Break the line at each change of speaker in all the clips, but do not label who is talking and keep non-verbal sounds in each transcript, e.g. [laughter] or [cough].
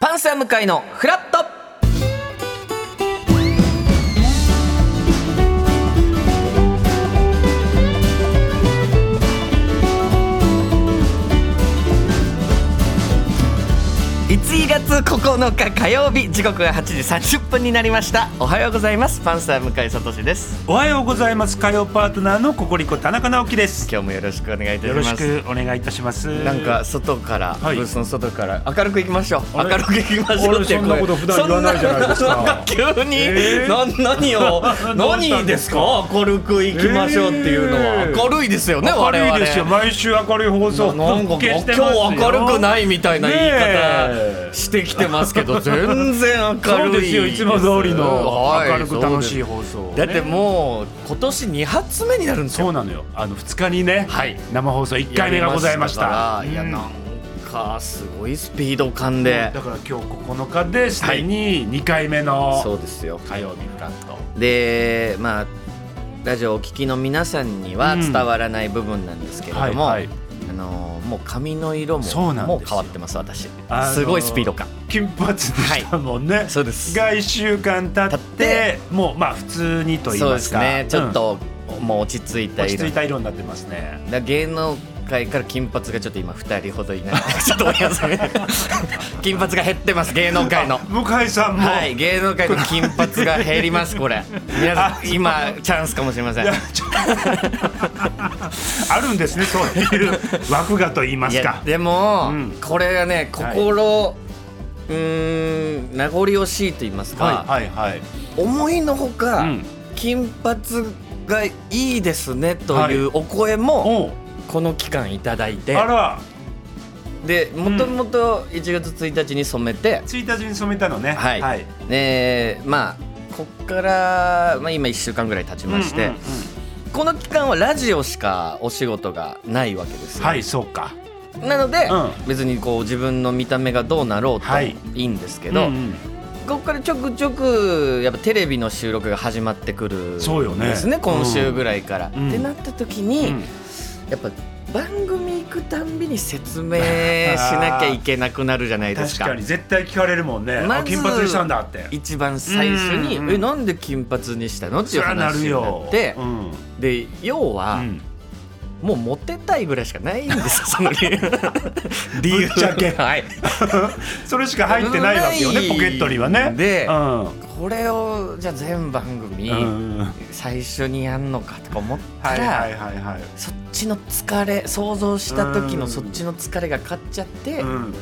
パンサー向かいのフラット1月9日火曜日時刻は8時30分になりましたおはようございますパンサー向井聡です
おはようございます火曜パートナーのココリコ田中直樹です
今日もよろしくお願いいたし
よ
ま
ろ
す
しくお願いいたします
なんか外から、
はい
ブースの外から明るく行きましょう明
あれ
るく行きましょうっていう声
俺そんなこと普段言わないじゃないですか
そんなんか急に、
えー
な何を
[laughs] どうした
何
ん
で
ですす
か明るく行きましょうっていうのは、
えー
明るいですよね
明
我々
るいですよ毎週明るい放送
なんか
復帰
今
してますよ
日明るくないみたいな言い
ね
方
え
してきてますけど全然明
そう
るい
ですよいつも通りの
はい
明るく楽しい
そう
放送をね
ですだってもう今年2発目になるんですよ
そうなのよあの2日にね
はい
生放送1回目がございました
いや
うん
なんかすごいスピード感で、
だから今日9日で既に2回目
そ
の
うですよ
火曜日フラット
でまあラジオをお聞きの皆さんには
うん
伝わらない部分なんですけれども、
はいはい
あのーもう髪の色も
そうなんですよ
もう変わってます私、
あのー
すごいスピード感
金髪でしたもんね、
そうです
が1週間経
経
ってもうまあ普通にと言い
そう
ま
ですす
か
ねちょっ
うん
と、もう落ち着いた
落ち
色
着いた色になってますね
だ芸能界から金髪がちょっと今2人ほどい [laughs] ない [laughs] ちょっとおやすみ金髪が減ってます芸能界の
向井さんも、
はい芸能界の金髪が減りますこれ皆さん今チャンスかもしれません
いやちょあるんですねそういう枠がと言いま
い
す
や
か
でも、
うん
これがね心、うーん名残惜しいと言いますか、
はいはいはい
思いのほか、
うん
金髪がいいですねというお声も
おう
この期間いただいて、
あら
でもともと1月1日に染めて、
1日に染めたのね
はい
はい
ねまあこっから、まあ、今1週間ぐらい経ちまして、
うんうん
この期間はラジオしかお仕事がないわけです
うん
よ、
はいそうか
なので、
う
別にこう自分の見た目がどうなろうと
はい
いいんですけど、
うんうん
ここからちょくちょくやっぱテレビの収録が始まってくるんです
そうよね
ね今週ぐらいから。
うん
ってなった時に、
うん
やっぱ番組行くたんびに説明しなきゃいけなくなるじゃないです
確
か。
かに絶対聞かれるもんね、
ま
あ
ず
金髪にしたんだって
一番最初に「
うんうん
えなんで金髪にしたの?」っていう
そりゃな
話
る
にな
よ
って
うん
で要は、
うん
もうモテたいぐらいしかないんですよその理
[laughs]
由理由
ぶっちゃけ
[laughs] はい
それしか入ってないわけよ
な
ね
い
ポケットにはね
で
うん
これをじゃあ全番組
うんは
最初にやんのかとか思っ
い
たら、
はいはいはい
そっちの疲れ想像した時のそっちの疲れが勝っちゃって、
うん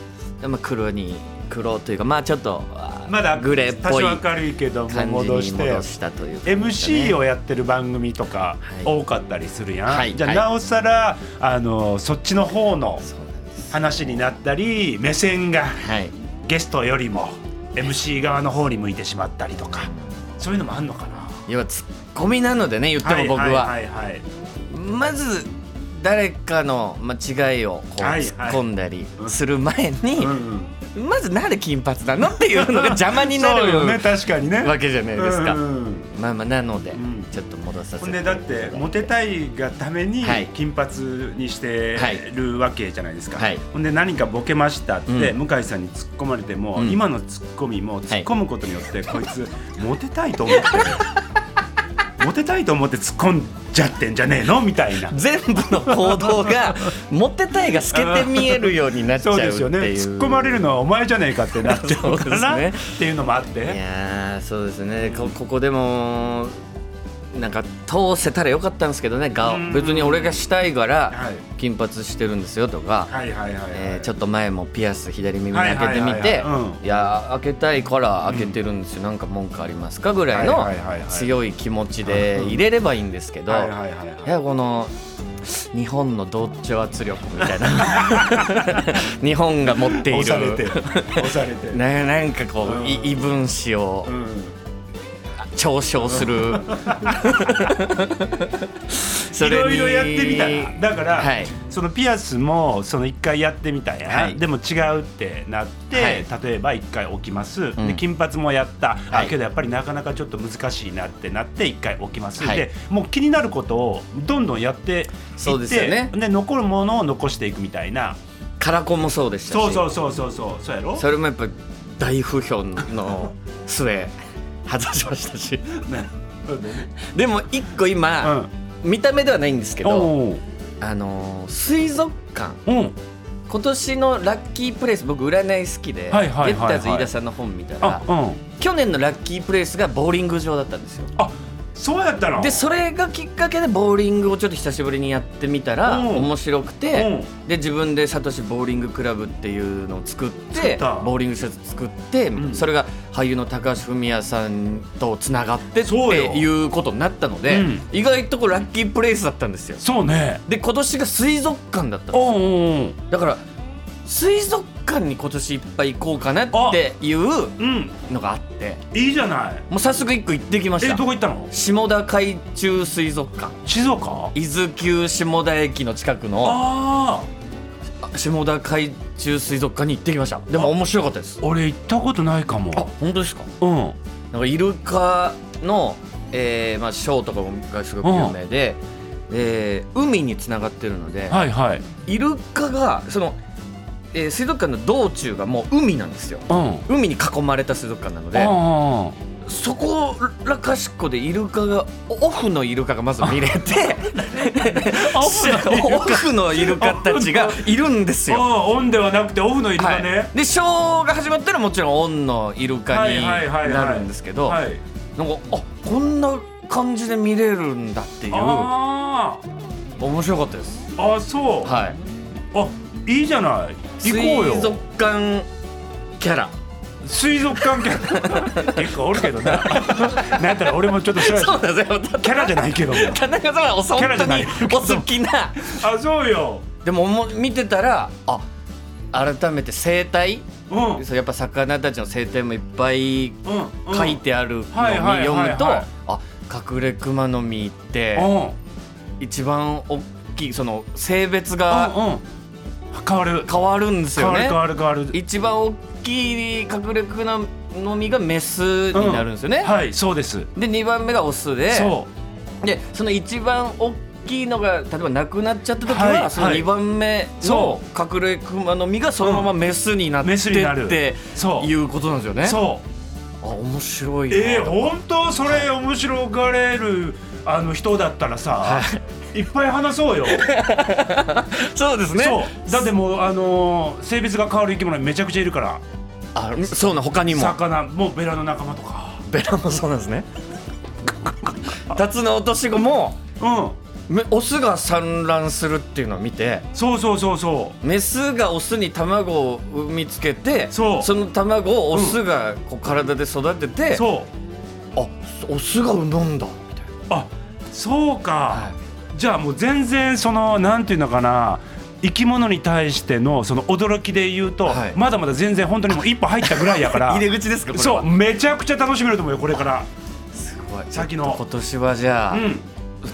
まあ、黒に黒というかまあちょっとあー
まだ
グレーっぽい
多少明るいけども
感じに
戻して
戻したというか、
MC
を
をやってる番組とか
はい
多かったりするやん、
はい
じゃあ
はい
なおさらあのそっちの方の
そうなんです
話になったり目線が
はい
ゲストよりも MC 側の方に向いてしまったりとかそういうのもあんのかな
要はツッコミなのでね言っても僕は、
はいはいはいはい
まず誰かの間違いをこう
はいはい
突っ込んだりする前に、
うんうん
まずなんで金髪なのっていうのが邪魔にな
そう
る
よね確かにね
わけじゃないですか。
うんうん
まあまあなので、
ん
ちょっと戻させ
ほ
て
んでだってモテたいがために
はい
金髪にしてるわけじゃないですか、
はい
ほんで何かボケましたって
う
向井さんに突っ込まれても、
うん
今の突っ込みも突っ込むことによって、こいつモテたいと思ってモテたいと思って突っ込んじゃってんじゃねえのみた
[laughs]
いな
全部の行動
[laughs]
がモテたいが透けて見えるようになっちゃう
そ
ってい
うで
う
すよね突っ込まれるのはお前じゃねえかってなっちゃうか
そう
ら
ですね
っていうのもあって
いやーそうですねこここでもなんか通せたらよかったんですけどね顔
うん
別に俺がしたいから
はい
金髪してるんですよとか、
はいはいはいはい、
えーちょっと前もピアス左耳に開けてみ
はいはい
て
はいはいうん
いやー開けたいから開けてるんですよ、なんか文句ありますかぐらいの
はいはいはいはい
強い気持ちで入れればいいんですけど、
はいはいはいはい
いやこの日本の同調圧力みたいな
[laughs]
日本が持ってい
押
る
されて押され
[laughs]
て、
ななんかこう、
うん
い異分子を
うん
嘲笑する、
[laughs]
そ
いろいろやってみた
に
らだから、
はい
そのピアスもその1回やってみたやん、
はい
でも違うってなって、
は
例えば1回置きます、
ん
で金髪もやった、
は
あ
い
けどやっぱりなかなかちょっと難しいなってなって1回置きます、
はい
でもう気になることをどんどんやっていって
そうですよね
で残るものを残していくみたいな
カラコンもそうでしたし
[laughs] そうそうそうそうそうそうやろ
それもやっぱ大不評の末外しました
[laughs]
し
なるほどね
でも一個今、見た目ではないんですけ
うん
ど
おー
あのー水族館
うん
今年のラッキープレイス僕占い好きで、
はいはいはいはい
ゲッターズ飯田さんの本見た
あ
ら
うん
去年のラッキープレイスがボーリング場だったんですよ
あそうやったの
でそれがきっかけでボーリングをちょっと久しぶりにやってみたら
うん
面白く
う
て
ん
で自分でサトシボーリングクラブっていうのを作って
った
ボーリング施設作って
うん
それが俳優の高橋文哉さんとつながってって
そうよ
いうことになったので
うん
意外とこうラッキープレイスだったんですよ
そうね
で今年が水族館だったんです
おうんうん
だから水族館に今年いっぱい行こうかなっていう
うん
のがあって
いいじゃない
もう早速一個行ってきまし
え
た
どこ行ったの
下田海中水族館
静岡
伊豆急下田駅の近くの
ああ
下田海中水族館に行ってきましたでも面白かったです
俺行ったことないかも
あ本当ですか
うん
なんかイルカの、えーまあ、ショーとかがすごく有名で、えー海につながってるので、
はいはい
イルカがその、えー水族館の道中がもう海なんですよ
うん
海に囲まれた水族館なの
う
で
んうん
そこらかしこでイルカがオフのイルカがまず見れて
[laughs] オフのイルカ
オフのイルカたちがいるんですよ。
あーオンではなくてオフのイルカ
は
ね
い、でショーが始まったらもちろんオンのイルカに
はいはいはいはい
なるんですけどな
は
んか
い
あこんな感じで見れるんだっていう面
あー
白かったです、
あそう
はい、
あいいじゃない行こう
水
よ
族館キャラ
水族館
[laughs]
キャラ結構おるけどな [laughs] なんやったら俺もちょっとそうやし
そうなんですよ
キャラじゃない
[laughs]
けども
田中さんはお本
キャラ
当
じゃな
に
い
お好きな
あそうよ
でももう見てたらあ改めて生態
うんうん
そうやっぱ魚たちの生態もいっぱい
うん
書いてあるのを
はいはいはい
読
はい
むとあ隠れ熊の実って
うん
一番大きいその性別が
うんうん変わる
変わるんです
変
よ
わる
ね
変わる変わる
一番大きい隠れ熊の実がメスになるんですよね、
はいそうです
で2番目がオスで
そ
でその一番大きいのが例えばなくなっちゃった時は、
はい
その
はい
2番目の
そ
隠れ熊の実がそのままメスになって
メ
っ
スになる
て
うそ
いううことなんですよね。
そう
あ面白いな、
えー、本当それ面白がれるあの人だったらさ、い、っぱい話そうよ、
[laughs] そうですね
そうだってもうあのー性別が変わる生き物めちゃくちゃいるから
あそうな他にも
魚もうベラの仲間とか
ベラもそうなん [laughs] ですねタツノオトシゴも
う
めオスが産卵するっていうのを見て
んそうそうそうそ
メスがオスに卵を産みつけて
そう
の卵をオスがこう体で育てて、
うそう
あオスが産んだみたい
あそうか、
な、はい
じゃあもう全然そのなんていうのかな生き物に対してのその驚きで言うと、
はい
まだまだ全然本当にもう一歩入ったぐらいやから
[laughs] 入り口ですかこれは
そうめちゃくちゃ楽しめると思うよこれから
すごい
先
ちょ
の
っと今年はじゃあ、
うん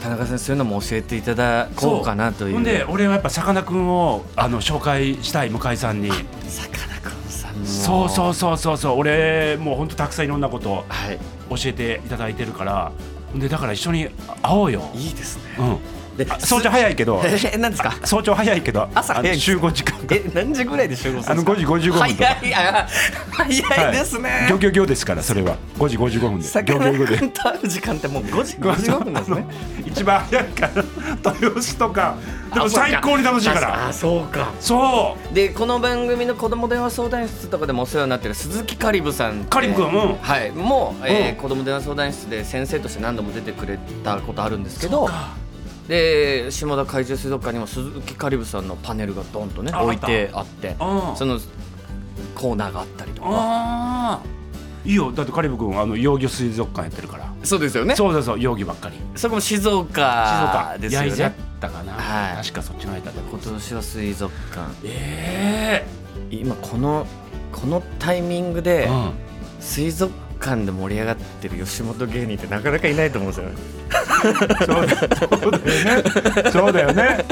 田中先生そういうのも教えていただこうかなという
ほんで俺はやっぱさかなクンをあの紹介したい向井さんに
さかなクンさんも
そうそううそうそうそう俺もうほんとたくさんいろんなこと
はい
教えていただいてるからほんでだから一緒に会おうよ、
いいですね
うん、
で
あ早朝早いけ [laughs] ど
[laughs] えー、何ですか
早朝早いけど
朝早い
あの集合時間が
え何時ぐらいで集合す
あ
る
の
んですか
5時55分とか
早いあ早いですね、
ギョギョギョですからそれは5時55分で
さ
ギ
か
ョ
な
ギョギョ
ク
で
ンと会う時間ってもう5時55分ですね
あの一番早いから [laughs] 豊洲とか [laughs] でも最高に楽しいから
あそうか
そ
でこの番組の子供電話相談室とかでもお世話になってる鈴木カリブさんって
カリブ君うん
はいもう、えー
うん
子供電話相談室で先生として何度も出てくれたことあるんですけ
う
どで下田海中水族館にも鈴木カリブさんのパネルがドンとね
あ
置いてあって
うん
そのコーナーがあったりとか
ああいいよだってカリブ君あの幼魚水族館やってるから
そうですよねそ
そうそうそう幼魚ばっかり静
こも静岡
岡
ですよ
焼いちゃ
ね
ったかな、
はい
確かそっちの間だ
今年は水族館
え
今このこのタイミングで、
えうん
水族館で盛り上がってる吉本芸人ってなかなかいないと思うんですよね
そうだそうだよね。そうだよね。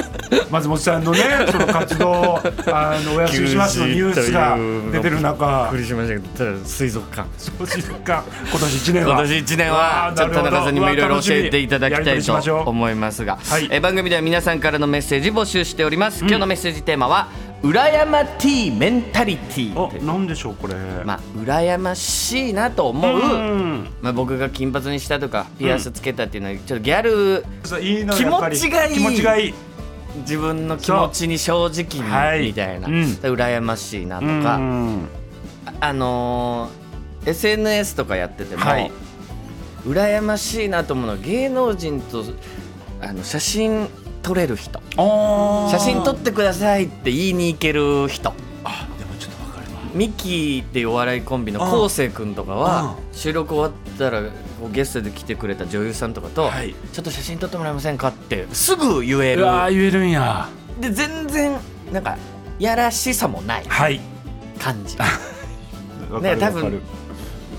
松本さんのね、その活動、あのお休みしますのニュースが出てる中
びっく。りしましたけどただ水族館
そうですか。今年一年は。
今年1年は
わ
ち
あ
ょっと田中さんにもいろいろ教えていただきたいと。
なるほどわあ楽しみやり取りしましょう
思いますが、
はい
えー番組では皆さんからのメッセージ募集しております、今日のメッセージテーマは羨まティーメンタリティーって
あなんでしょうこれ、
まあ羨ましいなと思う、
うん
まあ、僕が金髪にしたとかピアスつけたっていうのはちょっとギャル
そういいのやっぱり
気持ちがいい
気持ちがいい
自分の気持ちに正直
そうはい
にみたいな、
うん
羨ましいなと
うん
か、ああのー SNS とかやってても、
はい
羨ましいなと思うのは芸能人とあの写真撮れる人
あー
写真撮ってくださいって言いに行ける人
あでもちょっとわかるわ
ミキっていうお笑いコンビの
うん
昴生君とかは
う
収録終わったらこうゲストで来てくれた女優さんとかと、
はい
ちょっと写真撮ってもらえませんかってすぐ言え
う
る
わー言えるんや
で全然なんかやらしさもない
はい
感じ
わか
ね
る
多
わかる
分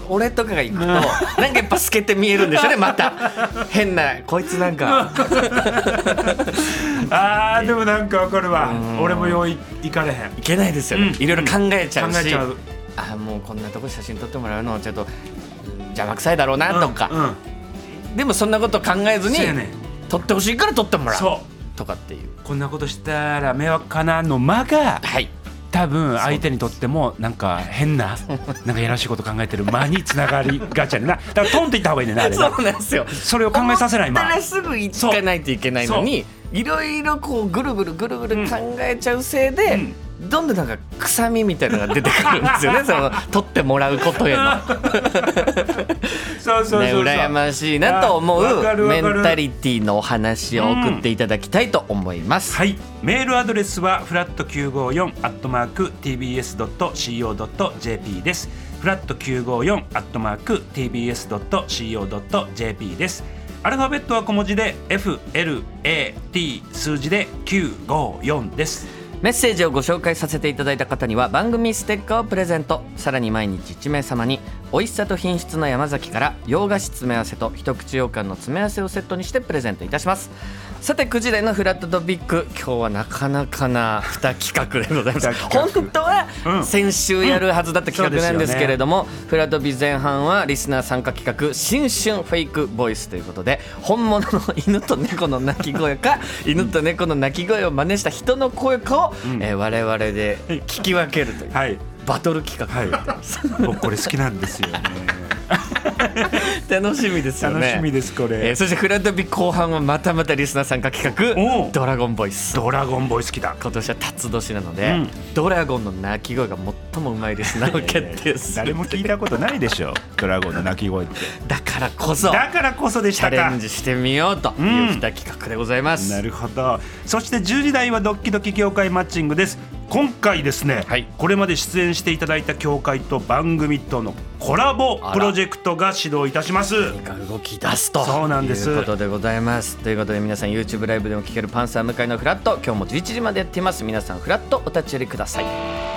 俺とかが行くとなんかやっぱ透けて見えるんでしょうねまた変なこいつなんか
あーでもなんかわかるわ
うん
俺もようい行かれへん考
いけないですよね
うん
いろいろ考えちゃう
え
し
ちゃう
あもうこんなとこ写真撮ってもらうのちょっとうん邪魔くさいだろうなと
う
か
んうん
でもそんなこと考えずに
そうやね
撮ってほしいから撮ってもらう
そ
とかっていう
うこんなことしたら迷惑かなの
[laughs]
間が
はい
多分相手にとってもなんか
[laughs]
変ななんかやらしいこと考えてる間につながりがちやねんなだからトンっていった方がいいねんなあれ
そ
な
うなんですよ
それを考えさせない
だか
間
らすぐ行かないといけないのにいろいろこうぐるぐるぐるぐる考えちゃうせいで、どんどんなんか臭みみたいなのが出てくるんです
[laughs]
よねその取ってもらうことへの、ね、
そうそうそうそう
羨ましいなと思
あわかる
う
わか
メ
る
ンタリティのお話を送っていただきたいと思います、
はい、メールアドレスはフラット九五四アットマーク tbs ドット co ドット jp です。フラット九五四アットマーク tbs ドット co ドット jp です。アルファベットは小文字で F L A T 数字で九五四です。
メッセージをご紹介させていただいた方には番組ステッカーをプレゼントさらに毎日1名様に美味しさと品質の山崎から洋菓子詰め合わせと一口羊羹の詰め合わせをセットにしてプレゼントいたしますさて9時台のフラットドビッグ今日はなかなかな2企画でございます
二企画
本当は先週やるはずだった企画なんですけれども、フラットビ前半はリスナー参加企画新春フェイクボイスということで本物の犬と猫の鳴き声か犬と猫の鳴き声を真似した人の声かを、えー我々で聞き分けるという、
はい
バトル企画、
はい。 [laughs] 僕これ好きなんですよね。
楽しみですよね
楽しみですこれ
えーそしてフラットビ後半はまたまたリスナー参加企
お
画
う
ドラゴンボイス
ドラゴンボイス好きだ。
今年は辰年なので、
うん
ドラゴンの鳴き声が最もうまいリスナーを決定す
誰
る
も聞いたことないでしょドラゴンの鳴き声って
だからこそ
だからこそでし
チャ
た
レ
か
ン。ジしてみようという二企画でございます、
な
る
るほど
そして10時台はドッキドキ業界マッチングです今回ですね、
はい
これまで出演していただいた協会と番組とのコラボプロジェクトが始動いたします
動き出すと
そうなんです
いうことでございますということで皆さん YouTube ライブでも聴けるパンサー向井のフラット今日も11時までやっています皆さんフラットお立ち寄りください